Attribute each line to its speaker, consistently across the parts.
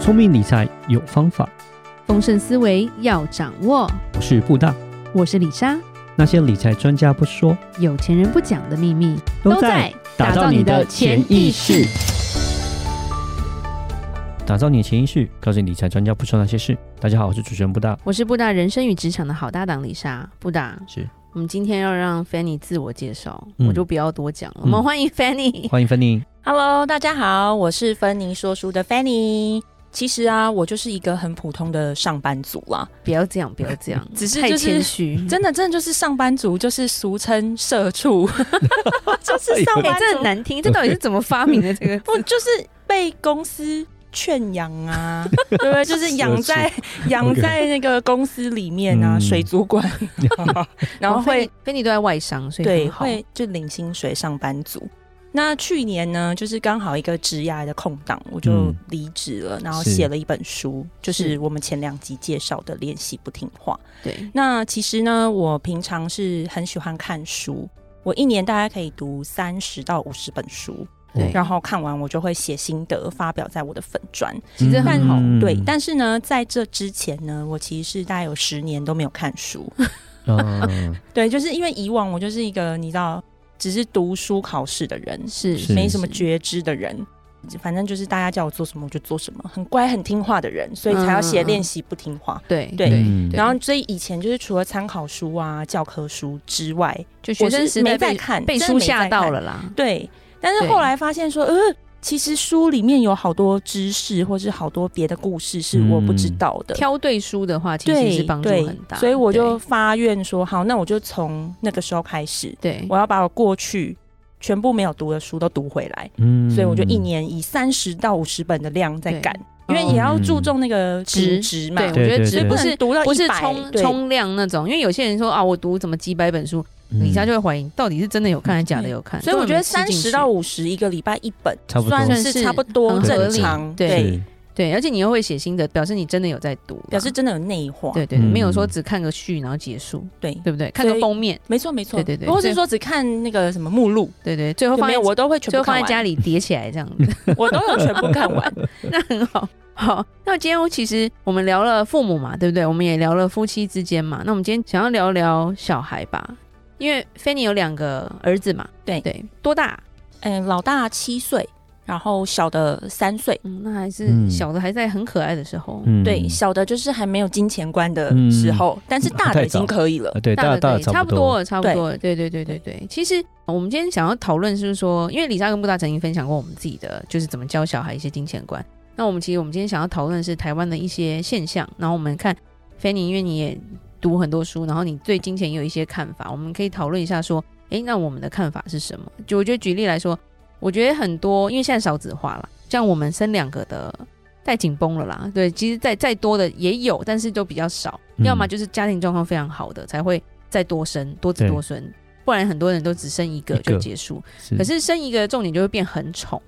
Speaker 1: 聪明理财有方法，
Speaker 2: 丰盛思维要掌握。
Speaker 1: 我是布大。
Speaker 2: 我是李莎，
Speaker 1: 那些理财专家不说，
Speaker 2: 有钱人不讲的秘密
Speaker 1: 打造你的潜意识。，打造你的潜意识，告诉你理财专家不说那些事。大家好，我是主持人布大。
Speaker 2: 我是布大人生与职场的好搭档李莎。布大，
Speaker 1: 是，
Speaker 2: 我们今天要让 Fanny 自我介绍，
Speaker 1: 嗯
Speaker 2: 我就不要多讲了。
Speaker 1: 嗯
Speaker 2: 我们欢迎 Fanny。
Speaker 1: 欢迎芬妮。
Speaker 3: Hello，大家好，我是芬妮说书的 Fanny。其实啊，我就是一个很普通的上班族啦，
Speaker 2: 不要这样，不要这样，
Speaker 3: 只是
Speaker 2: 太
Speaker 3: 就
Speaker 2: 谦
Speaker 3: 是
Speaker 2: 虚。
Speaker 3: 真的，真的就是上班族，就是俗称社畜，就是上
Speaker 2: 哎、
Speaker 3: 班
Speaker 2: 这
Speaker 3: 族
Speaker 2: 很，难听，这到底是怎么发明的？这 个
Speaker 3: 我就是被公司圈养啊，对不对？就是养在养在那个公司里面啊，
Speaker 1: 嗯
Speaker 3: 水族馆， 然后会
Speaker 2: Fanny Fanny 都在外商，所以
Speaker 3: 对，
Speaker 2: 很好。
Speaker 3: 会就领薪水上班族。那去年呢，就是刚好一个职涯的空档，我就
Speaker 1: 嗯
Speaker 3: 离职了，然后
Speaker 1: 是
Speaker 3: 写了一本书，就是
Speaker 2: 是
Speaker 3: 我们前两集介绍的《练习不听话》。
Speaker 2: 对，
Speaker 3: 那其实呢，我平常是很喜欢看书，我一年大概可以读三十到五十本书，
Speaker 2: 对
Speaker 3: 然后看完我就会写心得，发表在我的粉专。
Speaker 2: 其实
Speaker 3: 但
Speaker 2: 很好。
Speaker 1: 嗯
Speaker 3: 对，但是呢，在这之前呢，我其实是大概有十年都没有看书。
Speaker 1: 嗯，
Speaker 3: 对，就是因为以往我就是一个你知道，只是读书考试的人，
Speaker 2: 是
Speaker 1: 是
Speaker 3: 没什么觉知的人。反正就是大家叫我做什么我就做什么，很乖很听话的人，所以才要
Speaker 2: 嗯
Speaker 3: 写
Speaker 2: 嗯嗯
Speaker 3: 练习不听话。
Speaker 2: 对
Speaker 3: 对
Speaker 1: 嗯
Speaker 2: 对
Speaker 3: 然后，所以以前就是除了参考书啊、教科书之外，
Speaker 2: 就学生
Speaker 3: 我
Speaker 2: 时
Speaker 3: 是
Speaker 2: 代
Speaker 3: 没在
Speaker 2: 被
Speaker 3: 看，
Speaker 2: 被
Speaker 3: 真的
Speaker 2: 书
Speaker 3: 没在
Speaker 2: 吓到
Speaker 3: 看。
Speaker 2: 了啦。
Speaker 3: 对，但是
Speaker 2: 对
Speaker 3: 后来发现说，呃，其实书里面有好多知识，或是好多别的故事是我不知
Speaker 1: 嗯
Speaker 3: 道的。
Speaker 2: 挑对书的话，其
Speaker 3: 对
Speaker 2: 实是帮助
Speaker 3: 对
Speaker 2: 很大。
Speaker 3: 所以我
Speaker 2: 对
Speaker 3: 就发愿说，好，那我就从那个时候开始，
Speaker 2: 对
Speaker 3: 我要把我过去全部没有读的书都读回来，
Speaker 1: 嗯
Speaker 3: 所以我就一年以三十到五十本的量在赶，因
Speaker 2: 对哦嗯
Speaker 3: 为也要注重那个
Speaker 2: 值
Speaker 3: 品质嘛，
Speaker 2: 我
Speaker 1: 嗯对
Speaker 2: 觉得只
Speaker 1: 对
Speaker 2: 不
Speaker 3: 不能
Speaker 2: 是
Speaker 3: 读到
Speaker 2: 不是
Speaker 3: 100
Speaker 2: 冲
Speaker 3: 对
Speaker 2: 冲量那种，因为有些人说啊，我读怎么几百本书，
Speaker 1: 嗯
Speaker 2: 李莎就会怀疑到底是真的有看还是假的
Speaker 3: 对
Speaker 2: 有看。
Speaker 3: 嗯所以我觉得三
Speaker 2: 根本没吃进
Speaker 3: 十
Speaker 2: 去
Speaker 3: 到五十一个礼拜一本，
Speaker 1: 差不多
Speaker 3: 算是差不多
Speaker 2: 很
Speaker 1: 合
Speaker 3: 正
Speaker 1: 理
Speaker 3: 常，
Speaker 2: 对
Speaker 3: 对，
Speaker 1: 是
Speaker 2: 对，而且你又会写心得，表示你真的有在读啦，
Speaker 3: 表示真的有内化，
Speaker 2: 对对，对
Speaker 1: 嗯
Speaker 2: 没有说只看个序然后结束，
Speaker 3: 对，
Speaker 2: 对不对？看个
Speaker 3: 所以
Speaker 2: 封面，
Speaker 3: 没错没错，
Speaker 2: 对对对
Speaker 3: 或
Speaker 2: 所以
Speaker 3: 是说只看那个什么目录，
Speaker 2: 对对，最后
Speaker 3: 有
Speaker 2: 放
Speaker 3: 没
Speaker 2: 在
Speaker 3: 有我都会全
Speaker 2: 最
Speaker 3: 部
Speaker 2: 后放
Speaker 3: 看
Speaker 2: 在家
Speaker 3: 完，
Speaker 2: 里叠起来这样子，
Speaker 3: 我都有全部看完，
Speaker 2: 那很好。好，那今天我其实我们聊了父母嘛，对不对？我们也聊了夫妻之间嘛。那我们今天想要聊聊小孩吧，因为菲尼有两个儿子嘛，
Speaker 3: 对
Speaker 2: 对， 多大？
Speaker 3: 嗯，老大七岁，然后小的三岁。
Speaker 2: 嗯，那还是
Speaker 1: 嗯
Speaker 2: 小的还在很可爱的时候，
Speaker 1: 嗯
Speaker 3: 对，小的就是还没有金钱观的
Speaker 1: 嗯
Speaker 3: 时候，但是大的已
Speaker 1: 太早
Speaker 3: 经可以了
Speaker 1: 呃。对大
Speaker 2: 大
Speaker 1: 的大
Speaker 2: 的
Speaker 1: 的
Speaker 2: 对，差
Speaker 1: 差
Speaker 2: 不
Speaker 1: 不
Speaker 2: 多
Speaker 1: 多，
Speaker 2: 了，差不多了，对对对对对。其实嗯我们今天想要讨论是说，因为李莎跟布达曾经分享过我们自己的就是怎么教小孩一些金钱观。那我们其实我们今天想要讨论的是台湾的一些现象，然后我们看菲尼，因为你也读很多书，然后你对金钱也有一些看法，我们可以讨论一下说，诶，那我们的看法是什么？就我觉得举例来说，我觉得很多，因为现在少子化了，像我们生两个的太紧绷了啦。对，其实再再多的也有，但是就比较少，
Speaker 1: 嗯
Speaker 2: 要么就是家庭状况非常好的才会再多生多子多孙，不然很多人都只生一个
Speaker 1: 一个嗯
Speaker 2: 就结束。
Speaker 1: 是
Speaker 2: 可是生一个重点就会变很宠。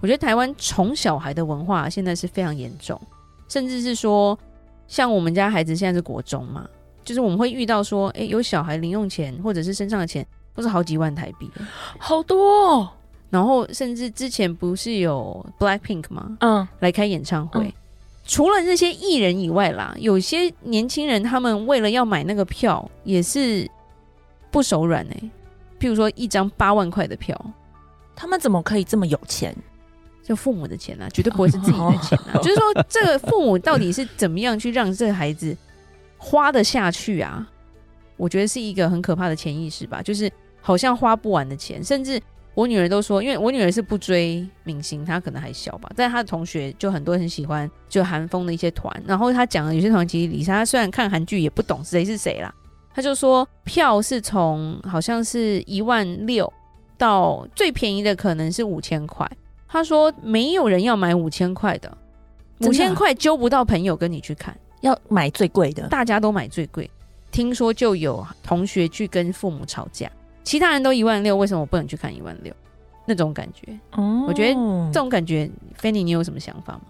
Speaker 2: 我觉得台湾宠小孩的文化现在是非常严重，甚至是说，像我们家孩子现在是国中嘛，就是我们会遇到说，诶，有小孩零用钱或者是身上的钱都是好几万台币。
Speaker 3: 好多、哦，
Speaker 2: 然后甚至之前不是有 Blackpink 吗？
Speaker 3: 嗯，
Speaker 2: 来开演唱会，
Speaker 3: 嗯
Speaker 2: 除了那些艺人以外啦，有些年轻人他们为了要买那个票，也是不手软哎、譬如说一张八万块的票，
Speaker 3: 他们怎么可以这么有钱？
Speaker 2: 就父母的钱啊，绝对不会是自己的钱啊。就是说，这个父母到底是怎么样去让这个孩子花得下去啊？我觉得是一个很可怕的潜意识吧，就是好像花不完的钱，甚至我女儿都说，因为我女儿是不追明星，她可能还小吧，但她的同学就很多很喜欢就韩风的一些团，然后她讲的有些团其实李莎她虽然看韩剧也不懂谁是谁啦，她就说票是从好像是一万六到最便宜的可能是五千块，她说没有人要买五千块的，五
Speaker 3: 真的啊
Speaker 2: 千块揪不到朋友跟你去看。
Speaker 3: 要买最贵的，
Speaker 2: 大家都买最贵。听说就有同学去跟父母吵架，其他人都一万六，为什么我不能去看一万六？那种感觉，
Speaker 3: 哦
Speaker 2: 我觉得这
Speaker 3: 这
Speaker 2: 种感觉，菲尼，你有什么想法吗？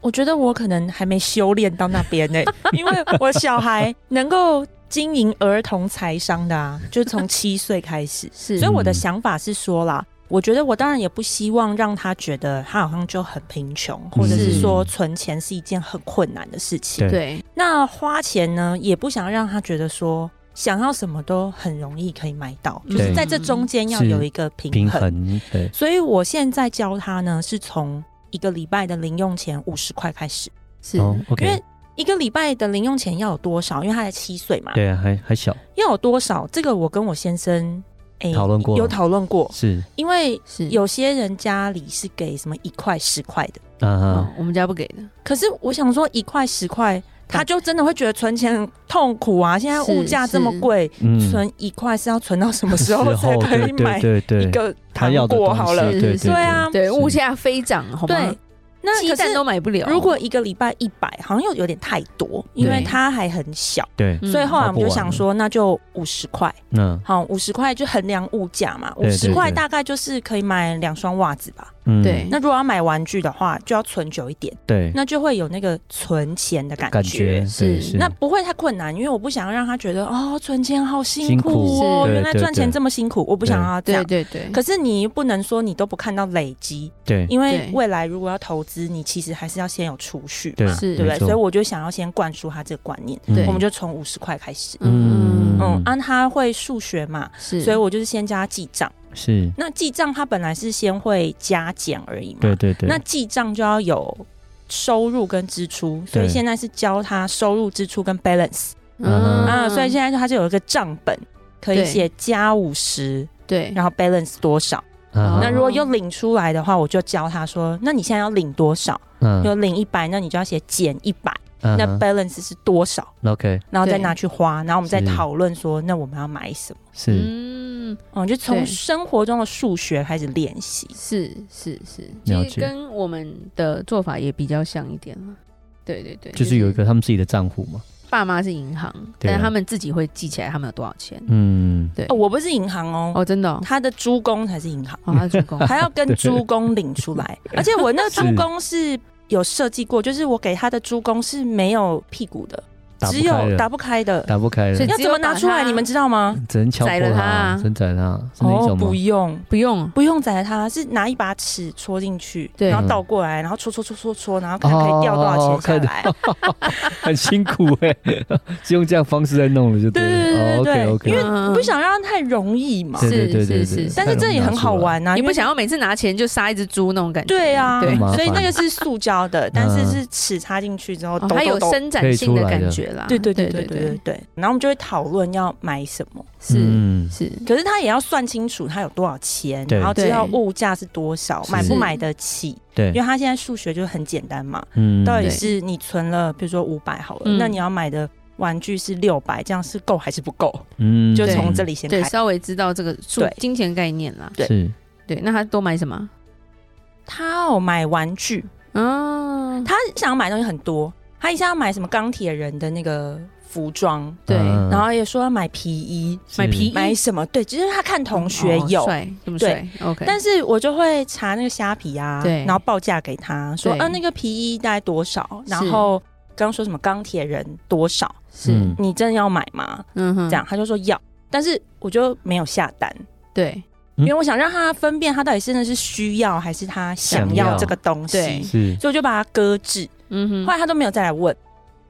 Speaker 3: 我觉得我可能还没修炼到那边呢、欸 因为我小孩能够经营儿童财商的啊，就从七岁开始，
Speaker 2: 是
Speaker 3: 所以我的
Speaker 1: 嗯
Speaker 3: 想法是说啦，我觉得我当然也不希望让他觉得他好像就很贫穷，或者是说存钱是一件很困难的事情。
Speaker 1: 对
Speaker 2: 对，
Speaker 3: 那花钱呢，也不想让他觉得说想要什么都很容易可以买到，
Speaker 2: 对
Speaker 3: 就是在这中间要有一个平
Speaker 1: 嗯平
Speaker 3: 衡。
Speaker 1: 衡对，
Speaker 3: 所以我现在教他呢，是从一个礼拜的零用钱五十块开始，
Speaker 2: 是，
Speaker 1: 哦，OK，
Speaker 3: 因为一个礼拜的零用钱要有多少？因为他才七岁嘛，
Speaker 1: 对啊，还还小，
Speaker 3: 要有多少？这个我跟我先生哎
Speaker 1: 讨论过
Speaker 3: 有讨论过，
Speaker 1: 是
Speaker 3: 因为
Speaker 2: 是
Speaker 3: 有些人家里是给什么一块十块的，
Speaker 1: 啊
Speaker 2: 嗯
Speaker 1: 哈，，
Speaker 2: 我们家不给的，
Speaker 3: 可是我想说一块十块，他就真的会觉得存钱很痛苦啊！现在物价这么贵，
Speaker 1: 嗯，
Speaker 3: 存一块是要存到什么时候
Speaker 1: 时
Speaker 3: 才
Speaker 1: 候
Speaker 3: 可以
Speaker 1: 对
Speaker 3: 买
Speaker 1: 对对对
Speaker 3: 一，个
Speaker 1: 他
Speaker 3: 糖
Speaker 1: 要的
Speaker 3: 果
Speaker 1: 东
Speaker 3: 好
Speaker 1: 西
Speaker 3: 了？
Speaker 1: 对对
Speaker 3: 对啊，
Speaker 2: 对，
Speaker 1: 是
Speaker 2: 物价飞涨，好吗？
Speaker 3: 对，那
Speaker 2: 鸡
Speaker 3: 可
Speaker 2: 蛋
Speaker 3: 是
Speaker 2: 都买不了。
Speaker 3: 如果一个礼拜一百，好像又有点太多，因为
Speaker 1: 对
Speaker 3: 他还很小。
Speaker 1: 对，
Speaker 2: 嗯
Speaker 3: 所以后来我们就
Speaker 1: 花不完
Speaker 3: 想说，那就五十块，
Speaker 1: 那
Speaker 3: 好，五十块就衡量物价嘛，
Speaker 1: 对
Speaker 3: 五
Speaker 1: 对
Speaker 3: 十块
Speaker 1: 对
Speaker 3: 大概就是可以买两双袜子吧。
Speaker 1: 嗯
Speaker 2: 对
Speaker 3: 那如果要买玩具的话，就要存久一点，
Speaker 1: 对，
Speaker 3: 那就会有那个存钱的感觉。
Speaker 1: 感觉对
Speaker 2: 是
Speaker 1: 是
Speaker 3: 那不会太困难，因为我不想让他觉得哦，存钱好辛
Speaker 1: 辛
Speaker 3: 苦
Speaker 1: 苦
Speaker 3: 哦，
Speaker 2: 是
Speaker 3: 原来
Speaker 1: 对对
Speaker 3: 赚钱
Speaker 1: 对
Speaker 3: 这么辛苦，我不想让他这
Speaker 2: 对
Speaker 3: 样。
Speaker 2: 对对，
Speaker 3: 可是你不能说你都不看到累积，
Speaker 1: 对
Speaker 3: 因为
Speaker 2: 对
Speaker 3: 未来如果要投资，你其实还是要先有储蓄嘛，
Speaker 1: 对
Speaker 2: 是
Speaker 3: 对不
Speaker 1: 没
Speaker 3: 对？
Speaker 1: 错
Speaker 3: 所以我就想要先灌输他这个观念，
Speaker 2: 对
Speaker 1: 嗯
Speaker 3: 我们就从五十块开始。
Speaker 1: 嗯
Speaker 3: 嗯，按、他会数学嘛，
Speaker 2: 是，
Speaker 3: 所以我就是先教他记账。
Speaker 1: 是
Speaker 3: 那记账他本来是先会加减而已嘛，
Speaker 1: 对对对，
Speaker 3: 那记账就要有收入跟支出，所以
Speaker 1: 对
Speaker 3: 现在是教他收入、支出跟 balance
Speaker 1: 嗯
Speaker 3: 啊，所以现在他就有一个账本，可以
Speaker 2: 对嗯
Speaker 3: 写加五十，
Speaker 2: 对
Speaker 3: 然后 balance 多少。
Speaker 1: 啊哈
Speaker 3: 那如果又领出来的话，我就教他说，那你现在要领多少？
Speaker 1: 嗯
Speaker 3: 有领一百，那你就要写减一百，
Speaker 1: 嗯
Speaker 3: 那
Speaker 1: 哼
Speaker 3: balance 是多少？
Speaker 1: 啊 OK
Speaker 3: 然后
Speaker 2: 对
Speaker 3: 再拿去花，然后我们再
Speaker 1: 是
Speaker 3: 讨论说，那我们要买什么？
Speaker 1: 是
Speaker 2: 嗯，
Speaker 3: 嗯，就从
Speaker 2: 对
Speaker 3: 生活中的数学开始练习。
Speaker 2: 是是是，
Speaker 1: 了
Speaker 2: 其
Speaker 1: 解
Speaker 2: 实跟我们的做法也比较像一点了。对对对，
Speaker 1: 就是有一个他们自己的账户嘛，
Speaker 2: 爸妈是银行，
Speaker 1: 对啊
Speaker 2: 但他们自己会记起来他们有多少钱。
Speaker 1: 嗯，
Speaker 3: 哦，我不是银行哦，
Speaker 2: 哦，真 的哦，
Speaker 3: 他的猪公才是银行。
Speaker 2: 哦，他是主公
Speaker 3: 还要跟猪公领出来，而且我那个猪公是有设计过，就是我给他的猪公是没有屁股的，
Speaker 1: 打不
Speaker 3: 只
Speaker 1: 开
Speaker 3: 有
Speaker 1: 了
Speaker 3: 打不开的，
Speaker 1: 打不开了
Speaker 2: 所以，
Speaker 3: 要
Speaker 2: 只
Speaker 3: 怎
Speaker 2: 有
Speaker 3: 么拿出来？
Speaker 2: 把它
Speaker 3: 你们知道吗？
Speaker 1: 只能敲
Speaker 2: 宰
Speaker 1: 破
Speaker 2: 了它
Speaker 1: 它，
Speaker 2: 啊
Speaker 1: 真宰它，是那一种吗
Speaker 3: 哦不？用。
Speaker 2: 不用，
Speaker 3: 不用宰它，是拿一把尺戳进去，
Speaker 2: 对
Speaker 1: 嗯
Speaker 2: 嗯
Speaker 3: 然后倒过来，然后戳戳戳戳戳，然后看可以掉多少钱下
Speaker 1: 哦
Speaker 3: 来。
Speaker 1: 很辛苦哎， 是用这样方式在弄了就了。
Speaker 3: 对对对对
Speaker 1: o k OK，
Speaker 3: 因为
Speaker 2: 嗯
Speaker 3: 不想让它太容易嘛
Speaker 2: 是。
Speaker 1: 对对对对对，
Speaker 2: 是
Speaker 3: 但是这也很好玩啊，
Speaker 2: 你
Speaker 3: 因
Speaker 2: 不
Speaker 3: 为
Speaker 2: 想要每次拿钱就杀一只猪那种感觉。
Speaker 3: 对啊，
Speaker 2: 对
Speaker 1: 很麻烦
Speaker 3: 所以那个是塑胶的，
Speaker 1: 嗯
Speaker 3: 但是是尺插进去之后，
Speaker 2: 哦
Speaker 3: 抖
Speaker 2: 它有啊
Speaker 3: 抖抖。
Speaker 2: 伸展性的感觉啦。
Speaker 3: 对对对
Speaker 2: 对
Speaker 3: 对对对
Speaker 2: 对，
Speaker 3: 对。然后我们就会讨论要买什么。
Speaker 2: 是
Speaker 1: 嗯，
Speaker 2: 是，
Speaker 3: 可是他也要算清楚他有多少钱，
Speaker 1: 对
Speaker 3: 然后知道
Speaker 2: 对
Speaker 3: 物价是多少，
Speaker 1: 是
Speaker 3: 买不买得起。因为
Speaker 1: 对，
Speaker 3: 他现在数学就很简单嘛，
Speaker 1: 嗯，
Speaker 3: 到底
Speaker 2: 对
Speaker 3: 是你存了，比如说五百好了，
Speaker 2: 嗯
Speaker 3: 那你要买的玩具是六百，这样是够还是不够？
Speaker 1: 嗯，
Speaker 3: 就
Speaker 2: 对
Speaker 3: 从这里先
Speaker 2: 对，
Speaker 3: 开。
Speaker 2: 稍微知道这个数
Speaker 3: 对
Speaker 2: 金钱概念啦。
Speaker 3: 对
Speaker 1: 是
Speaker 2: 对，那他都买什么？
Speaker 3: 他有买玩具，
Speaker 2: 嗯，
Speaker 3: 他想要买东西很多，他一下要买什么钢铁人的那个服装，
Speaker 2: 对
Speaker 1: 嗯
Speaker 3: 然后也说要买皮衣，
Speaker 2: 买皮衣
Speaker 3: 买什么？对，就是他看同学有
Speaker 2: 哦。帅这么帅，OK，
Speaker 3: 但是我就会查那个虾皮啊，
Speaker 2: 对
Speaker 3: 然后报价给他说，
Speaker 2: 对
Speaker 3: 啊，那个皮衣大概多少？
Speaker 2: 是
Speaker 3: 然后刚刚说什么钢铁人多少？
Speaker 2: 是
Speaker 1: 嗯
Speaker 3: 你真的要买吗？
Speaker 2: 嗯哼
Speaker 3: 这样他就说要，但是我就没有下单，
Speaker 2: 对
Speaker 1: 嗯
Speaker 3: 因为我想让他分辨他到底真的是需要还是他想
Speaker 1: 想
Speaker 3: 要
Speaker 1: 要
Speaker 3: 这个东西，
Speaker 2: 对
Speaker 1: 是
Speaker 3: 所以我就把它搁置。
Speaker 2: 嗯哼
Speaker 3: 后来他都没有再来问，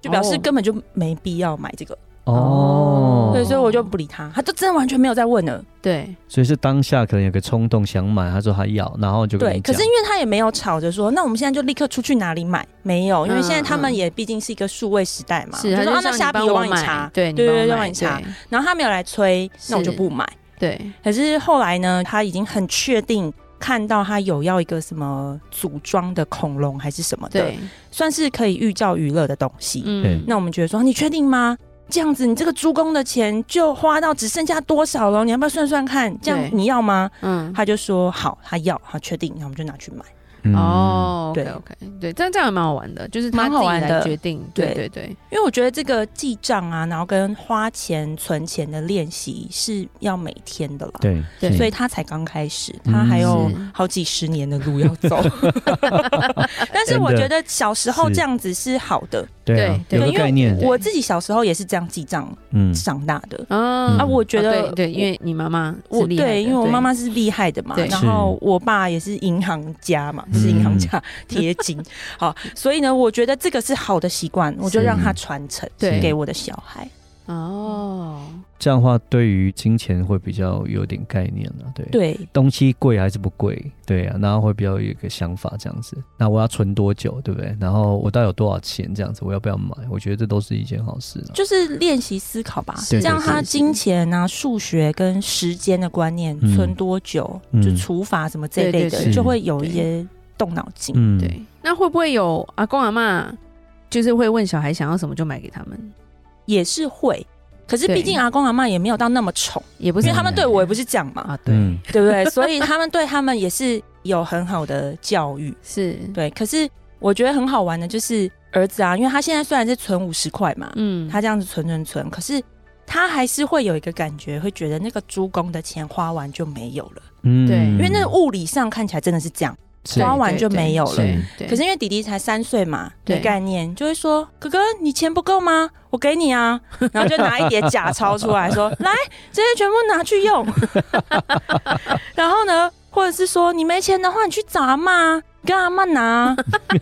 Speaker 3: 就表示
Speaker 2: 哦
Speaker 3: 根本就没必要买这个，
Speaker 1: 哦
Speaker 3: 对，，所以我就不理他，他就真的完全没有再问了。
Speaker 2: 对
Speaker 1: 所以是当下可能有个冲动想买，他说他要，然后就跟
Speaker 3: 对，
Speaker 1: 你
Speaker 3: 可
Speaker 1: 讲
Speaker 3: 是因为他也没有吵着说，那我们现在就立刻出去哪里买？没有，因为
Speaker 2: 嗯
Speaker 3: 现在他们
Speaker 2: 嗯
Speaker 3: 也毕竟是一个数位时代嘛，
Speaker 2: 是，
Speaker 3: 就
Speaker 2: 他
Speaker 3: 说啊，
Speaker 2: 就
Speaker 3: 那
Speaker 2: 像
Speaker 3: 虾皮
Speaker 2: 帮
Speaker 3: 我帮你
Speaker 2: 买
Speaker 3: 查，
Speaker 2: 对
Speaker 3: 对对
Speaker 2: 你
Speaker 3: 对
Speaker 2: 帮我
Speaker 3: 帮你查，然后他没有来催，那我
Speaker 2: 是
Speaker 3: 就不买。
Speaker 2: 对对
Speaker 3: 可是后来呢，他已经很确定。看到他有要一个什么组装的恐龙还是什么的，
Speaker 2: 对，
Speaker 3: 算是可以寓教于乐的东西。
Speaker 1: 对
Speaker 2: 嗯，
Speaker 3: 那我们觉得说，你确定吗？这样子，你这个猪公的钱就花到只剩下多少了？你要不要算算看？这样
Speaker 2: 对
Speaker 3: 你要吗？
Speaker 2: 嗯。
Speaker 3: 他就说好，他要，他确定，然后我们就拿去买。
Speaker 1: 嗯
Speaker 2: 哦
Speaker 3: 对
Speaker 2: ，OK OK，对，这样这样也蛮好玩的，就是他
Speaker 3: 蛮
Speaker 2: 自
Speaker 3: 好
Speaker 2: 己
Speaker 3: 玩
Speaker 2: 来
Speaker 3: 的
Speaker 2: 决定，
Speaker 3: 对
Speaker 2: 对对对，
Speaker 3: 因为我觉得这个记账啊，然后跟花钱、存钱的练习是要每天的啦。
Speaker 1: 对
Speaker 2: 对
Speaker 1: 是
Speaker 3: 所以他才刚开始，
Speaker 1: 嗯
Speaker 3: 他还有
Speaker 2: 是
Speaker 3: 好几十年的路要走。但是我觉得小时候这样子是好的，
Speaker 1: 对啊，
Speaker 2: 对
Speaker 1: 有
Speaker 2: 对
Speaker 1: 个概念，
Speaker 3: 我自己小时候也是这样记账
Speaker 1: 嗯，
Speaker 3: 长大的。
Speaker 2: 啊
Speaker 3: 啊，
Speaker 1: 嗯
Speaker 3: 我觉得
Speaker 2: 对对，因为你妈妈是
Speaker 3: 我
Speaker 2: 厉害的
Speaker 3: 对，因为我妈妈是厉害的嘛，
Speaker 2: 对
Speaker 3: 然
Speaker 1: 是
Speaker 3: 后我爸也是银行家嘛，
Speaker 2: 嗯
Speaker 3: 是银行家 铁金，好，所以呢，我觉得这个是好的习惯，我就是让他传承
Speaker 2: 对
Speaker 3: 给我的小孩。
Speaker 2: 哦，
Speaker 1: 这样的话对于金钱会比较有点概念了，对。
Speaker 3: 对，
Speaker 1: 东西贵还是不贵？对啊，然后会比较有一个想法这样子。那我要存多久，对不对？然后我到底有多少钱这样子？我要不要买？我觉得这都是一件好事啊。
Speaker 3: 就是练习思考吧，
Speaker 1: 对
Speaker 3: 这样
Speaker 1: 对
Speaker 3: 他
Speaker 2: 对
Speaker 3: 金钱啊、数学跟时间的观念，
Speaker 1: 嗯
Speaker 3: 存多久、
Speaker 1: 嗯
Speaker 3: 就除法什么这一类
Speaker 2: 对
Speaker 1: 对
Speaker 3: 的，
Speaker 1: 对
Speaker 3: 就会有一些动脑筋。
Speaker 1: 嗯，
Speaker 2: 对，那会不会有阿公阿妈就是会问小孩想要什么就买给他们？
Speaker 3: 也是会。可是
Speaker 2: 对
Speaker 3: 毕竟阿公阿妈也没有到那么宠，
Speaker 2: 也不
Speaker 3: 因
Speaker 2: 是
Speaker 3: 为他们对我也不是这样嘛，
Speaker 2: 啊，对，
Speaker 1: 嗯
Speaker 3: 对不对？所以他们对他们也是有很好的教育。
Speaker 2: 是，
Speaker 3: 对，可是我觉得很好玩的就是儿子啊，因为他现在虽然是存五十块嘛，
Speaker 2: 嗯，
Speaker 3: 他这样子存存存，可是他还是会有一个感觉，会觉得那个猪公的钱花完就没有了。
Speaker 1: 嗯
Speaker 2: 对
Speaker 3: 因为那物理上看起来真的是这样，
Speaker 1: 是
Speaker 3: 花完就没有了
Speaker 2: 对，
Speaker 1: 嗯
Speaker 2: 对
Speaker 3: 可是因为弟弟才三岁嘛，
Speaker 2: 对
Speaker 3: 的概念就会说：“哥哥，你钱不够吗？我给你啊。”然后就拿一叠假钞出 来说：“来，这些全部拿去用。” 然后呢，或者是说：“你没钱的话，你去找阿妈，跟阿妈拿。”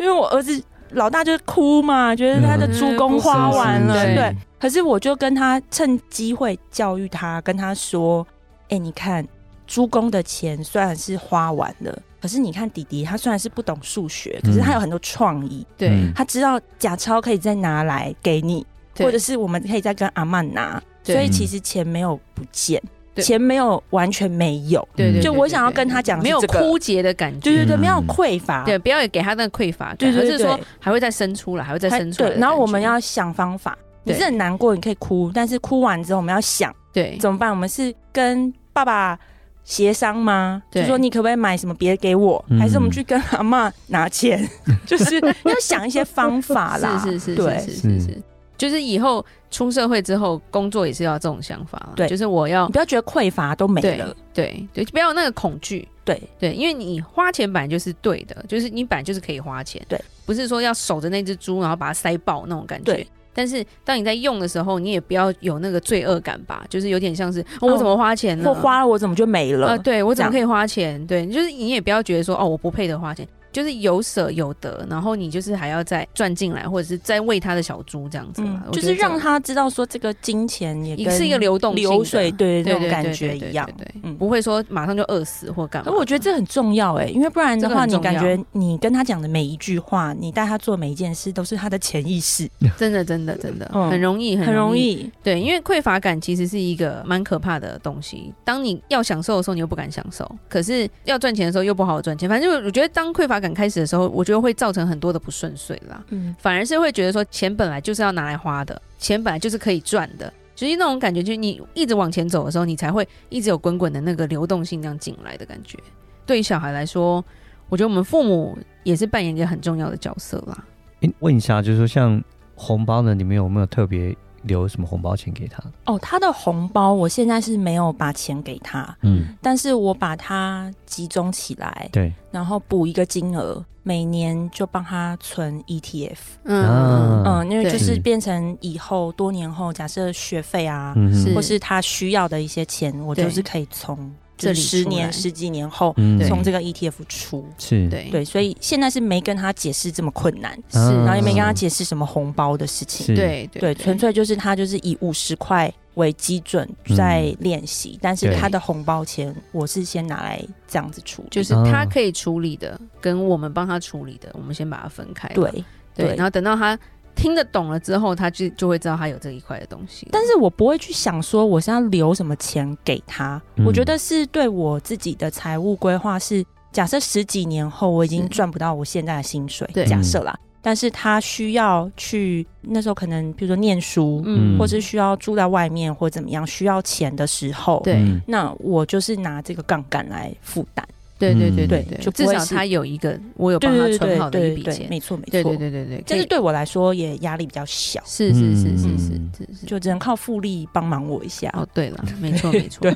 Speaker 3: 因为我儿子老大就哭嘛，觉得他的
Speaker 2: 嗯
Speaker 3: 猪公花完了，
Speaker 2: 是是是
Speaker 3: 对。可是我就跟他趁机会教育他，跟他说：“哎、你看，猪公的钱虽然是花完了，可是你看弟弟他虽然是不懂数学，
Speaker 2: 嗯
Speaker 3: 可是他有很多创意，
Speaker 2: 对
Speaker 1: 嗯
Speaker 3: 他知道假钞可以再拿来给你，
Speaker 2: 对
Speaker 3: 或者是我们可以再跟阿曼拿。
Speaker 2: 对
Speaker 3: 所以其实钱没有不见，
Speaker 2: 对
Speaker 3: 钱没有完全没有，
Speaker 2: 对对，
Speaker 1: 就
Speaker 2: 对
Speaker 3: 我
Speaker 2: 对
Speaker 3: 想要
Speaker 2: 对
Speaker 3: 跟他讲的
Speaker 2: 没
Speaker 3: 是
Speaker 2: 有
Speaker 3: 这个
Speaker 2: 枯竭的感觉，
Speaker 3: 对对对，
Speaker 1: 嗯
Speaker 3: 没有匮乏。
Speaker 2: 对，不要给他那个匮乏
Speaker 3: 对
Speaker 2: 感，
Speaker 3: 对
Speaker 2: 而
Speaker 3: 对
Speaker 2: 是说还会再生出来，还会再
Speaker 3: 还
Speaker 2: 生出来的感觉。
Speaker 3: 对，然后我们要想方法。你
Speaker 2: 对
Speaker 3: 是很难过，你可以哭，但是哭完之后我们要想。
Speaker 2: 对
Speaker 3: 怎么办？我们是跟爸爸协商吗？
Speaker 2: 对
Speaker 3: 就说你可不可以买什么别的给我，
Speaker 1: 嗯
Speaker 3: 还是我们去跟阿妈拿 钱？就是要想一些方法啦。
Speaker 2: 是是是
Speaker 3: 对
Speaker 2: 是是是是，就是以后出社会之后工作也是要这种想法啦，
Speaker 3: 对
Speaker 2: 就是我要
Speaker 3: 你不要觉得匮乏都没
Speaker 2: 对
Speaker 3: 了。
Speaker 2: 对对，就不要有那个恐惧，
Speaker 3: 对
Speaker 2: 对，因为你花钱本来就是对的，就是你本来就是可以花钱，
Speaker 3: 对，
Speaker 2: 不是说要守着那只猪然后把它塞爆那种感觉
Speaker 3: 对。
Speaker 2: 但是当你在用的时候，你也不要有那个罪恶感吧，就是有点像是、哦、我怎么花钱呢？
Speaker 3: 或花了我怎么就没了？
Speaker 2: 啊，对我怎么
Speaker 3: 这
Speaker 2: 可以花钱？对，就是你也不要觉得说哦，我不配得花钱，就是有舍有得，然后你就是还要再赚进来，或者是再喂他的小猪这样子啦、
Speaker 3: 嗯，
Speaker 2: 我
Speaker 3: 就
Speaker 2: 觉
Speaker 3: 是
Speaker 2: 得这
Speaker 3: 让他知道说这个金钱也
Speaker 2: 也
Speaker 3: 跟
Speaker 2: 是一个流动性的
Speaker 3: 流水，对
Speaker 2: 对对
Speaker 3: 那种
Speaker 2: 对
Speaker 3: 感
Speaker 2: 对
Speaker 3: 觉
Speaker 2: 对对
Speaker 3: 一样
Speaker 2: 对。对
Speaker 3: 嗯
Speaker 2: 不会说马上就饿死或干嘛
Speaker 3: 而
Speaker 2: 的。
Speaker 3: 我觉得这很重要哎、因为不然的话，
Speaker 2: 这
Speaker 3: 你
Speaker 2: 个很重
Speaker 3: 感
Speaker 2: 要
Speaker 3: 觉你跟他讲的每一句话，你带他做每一件事，都是他的潜意识，
Speaker 2: 真的真的真的、
Speaker 3: 嗯
Speaker 2: 很容易，
Speaker 3: 很容
Speaker 2: 易
Speaker 3: 易
Speaker 2: 对，因为匮乏感其实是一个蛮可怕的东西。当你要享受的时候，你又不敢享受；可是要赚钱的时候，又不好好赚钱。反正我觉得，当匮乏感开始的时候，我觉得会造成很多的不顺遂啦。
Speaker 3: 嗯
Speaker 2: 反而是会觉得说，钱本来就是要拿来花的，钱本来就是可以赚的。就是那种感觉，就是你一直往前走的时候，你才会一直有滚滚的那个流动性这样进来的感觉。对于小孩来说，我觉得我们父母也是扮演一个很重要的角色啦。
Speaker 1: 诶问一下，就是说像红包呢，你们有没有特别留什么红包钱给他？
Speaker 3: 哦。他的红包我现在是没有把钱给他，
Speaker 1: 嗯，
Speaker 3: 但是我把它集中起来，
Speaker 1: 对，
Speaker 3: 然后补一个金额，每年就帮他存 ETF，
Speaker 1: 啊
Speaker 2: 嗯，
Speaker 3: 嗯、
Speaker 1: 嗯
Speaker 3: 因为
Speaker 2: 对
Speaker 3: 就是
Speaker 1: 嗯
Speaker 3: 变成以后多年后，假设学费啊，
Speaker 1: 嗯哼
Speaker 2: 是
Speaker 3: 或是他需要的一些钱，我
Speaker 2: 对
Speaker 3: 就是可以从
Speaker 2: 这
Speaker 3: 这
Speaker 2: 里
Speaker 3: 十
Speaker 2: 出来
Speaker 3: 年、十几年后
Speaker 1: 嗯
Speaker 2: 对
Speaker 3: 从这
Speaker 1: 个
Speaker 3: 个 ETF 出。
Speaker 1: 是，
Speaker 2: 对嗯
Speaker 3: 对，所以现在是没跟他解释这么困难，
Speaker 2: 是
Speaker 3: 然后也没跟他
Speaker 1: 讲，
Speaker 3: 解释什么红包的事
Speaker 1: 啊
Speaker 3: 情。
Speaker 1: 是，
Speaker 2: 对对
Speaker 3: 对，纯粹就是他就是以五十块为基准在
Speaker 1: 嗯
Speaker 3: 练习，但是
Speaker 1: 对
Speaker 3: 他的红包钱我是先拿来这样子处理。
Speaker 2: 就是他可以处理的，跟我们帮他处理的，我们先把它分开吧。
Speaker 3: 对，
Speaker 2: 对，
Speaker 3: 对
Speaker 2: 然后等到他听得懂了之后，他就就会知道他有这一块的东西了。
Speaker 3: 但是我不会去想说我是要留什么钱给他，
Speaker 1: 嗯
Speaker 3: 我觉得是对我自己的财务规划是，假设十几年后我已经
Speaker 2: 是
Speaker 3: 赚不到我现在的薪水
Speaker 1: 嗯
Speaker 2: 对，
Speaker 3: 假设啦，但是他需要去那时候可能比如说念书，
Speaker 1: 嗯
Speaker 3: 或是需要住在外面或怎么样需要钱的时候，
Speaker 2: 对
Speaker 1: 嗯
Speaker 3: 那我就是拿这个杠杆来负担，
Speaker 2: 对对对
Speaker 1: 嗯
Speaker 2: 对
Speaker 3: 对
Speaker 2: 对，
Speaker 3: 就不
Speaker 2: 至
Speaker 3: 会
Speaker 2: 少
Speaker 3: 是
Speaker 2: 他有一个，我有帮他存好的一笔钱。
Speaker 3: 没错没错，
Speaker 2: 对对对对对，
Speaker 3: 但
Speaker 2: 可
Speaker 3: 是
Speaker 2: 以
Speaker 3: 对我来说也压力比较小，
Speaker 2: 是是是是是
Speaker 1: 嗯
Speaker 2: 是是，
Speaker 3: 就只能靠复利帮忙我一下。
Speaker 2: 哦，对 了，没错没错，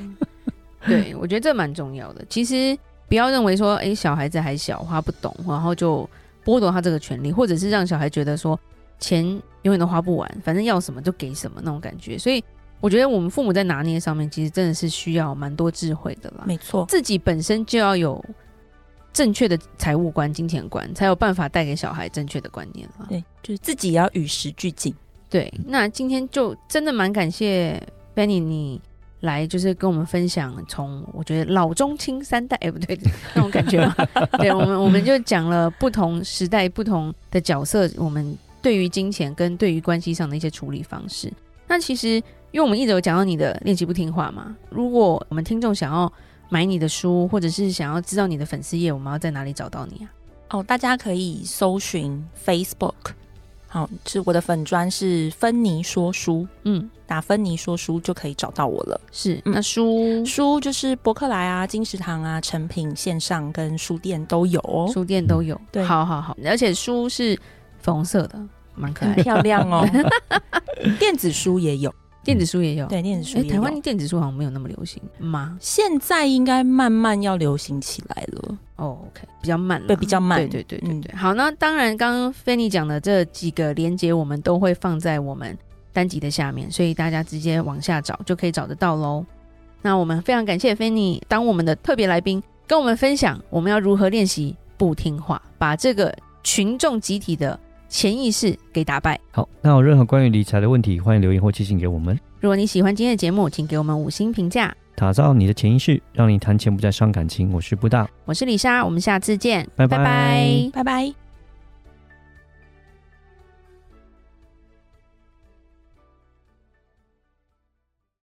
Speaker 2: 对，我觉得这蛮重要的。其实不要认为说，哎，小孩子还小，他不懂，然后就剥夺他这个权利，或者是让小孩觉得说钱永远都花不完，反正要什么就给什么那种感觉。所以我觉得我们父母在拿捏上面，其实真的是需要蛮多智慧的啦。
Speaker 3: 没错，
Speaker 2: 自己本身就要有正确的财务观、金钱观，才有办法带给小孩正确的观念啦。
Speaker 3: 对，就是自己也要与时俱进。
Speaker 2: 对，那今天就真的蛮感谢 Benny 你来，就是跟我们分享从我觉得老中青三代，哎、不对，那种感觉嘛。对，我们我们就讲了不同时代不同的角色，我们对于金钱跟对于关系上的一些处理方式。那其实因为我们一直有讲到你的练习不听话嘛，如果我们听众想要买你的书，或者是想要知道你的粉丝页，我们要在哪里找到你啊？
Speaker 3: 哦，大家可以搜寻 Facebook，好，是我的粉砖是芬妮说书，
Speaker 2: 嗯，
Speaker 3: 打芬妮说书就可以找到我了。
Speaker 2: 是，
Speaker 3: 嗯
Speaker 2: 那书
Speaker 3: 书就是博客来啊、金石堂啊、成品线上跟书店都有哦，
Speaker 2: 书店都有。
Speaker 3: 对
Speaker 2: 好好好，而且书是粉红色的，蛮可
Speaker 3: 很
Speaker 2: 爱的。
Speaker 3: 漂亮哦。 电子书也有，
Speaker 2: 电子书也有，
Speaker 3: 对，电子书
Speaker 2: 哎，
Speaker 3: 也有。
Speaker 2: 台湾电子书好像没有那么流行吗？
Speaker 3: 现在应该慢慢要流行起来了，
Speaker 2: 哦，OK，比较慢啦，
Speaker 3: 对，比较慢。嗯
Speaker 2: 对对对对对。好，那当然，刚刚菲尼讲的这几个连接，我们都会放在我们单集的下面，所以大家直接往下找就可以找得到喽。那我们非常感谢菲尼当我们的特别来宾，跟我们分享我们要如何练习不听话，把这个群众集体的潜意识给打败。
Speaker 1: 好，那有任何关于理财的问题，欢迎留言或寄信给我们。
Speaker 2: 如果你喜欢今天的节目，请给我们五星评价。
Speaker 1: 打造你的潜意识，让你谈钱不再伤感情。我是布大，
Speaker 2: 我是李莎，我们下次见，
Speaker 1: 拜拜
Speaker 2: 拜拜
Speaker 3: 拜拜。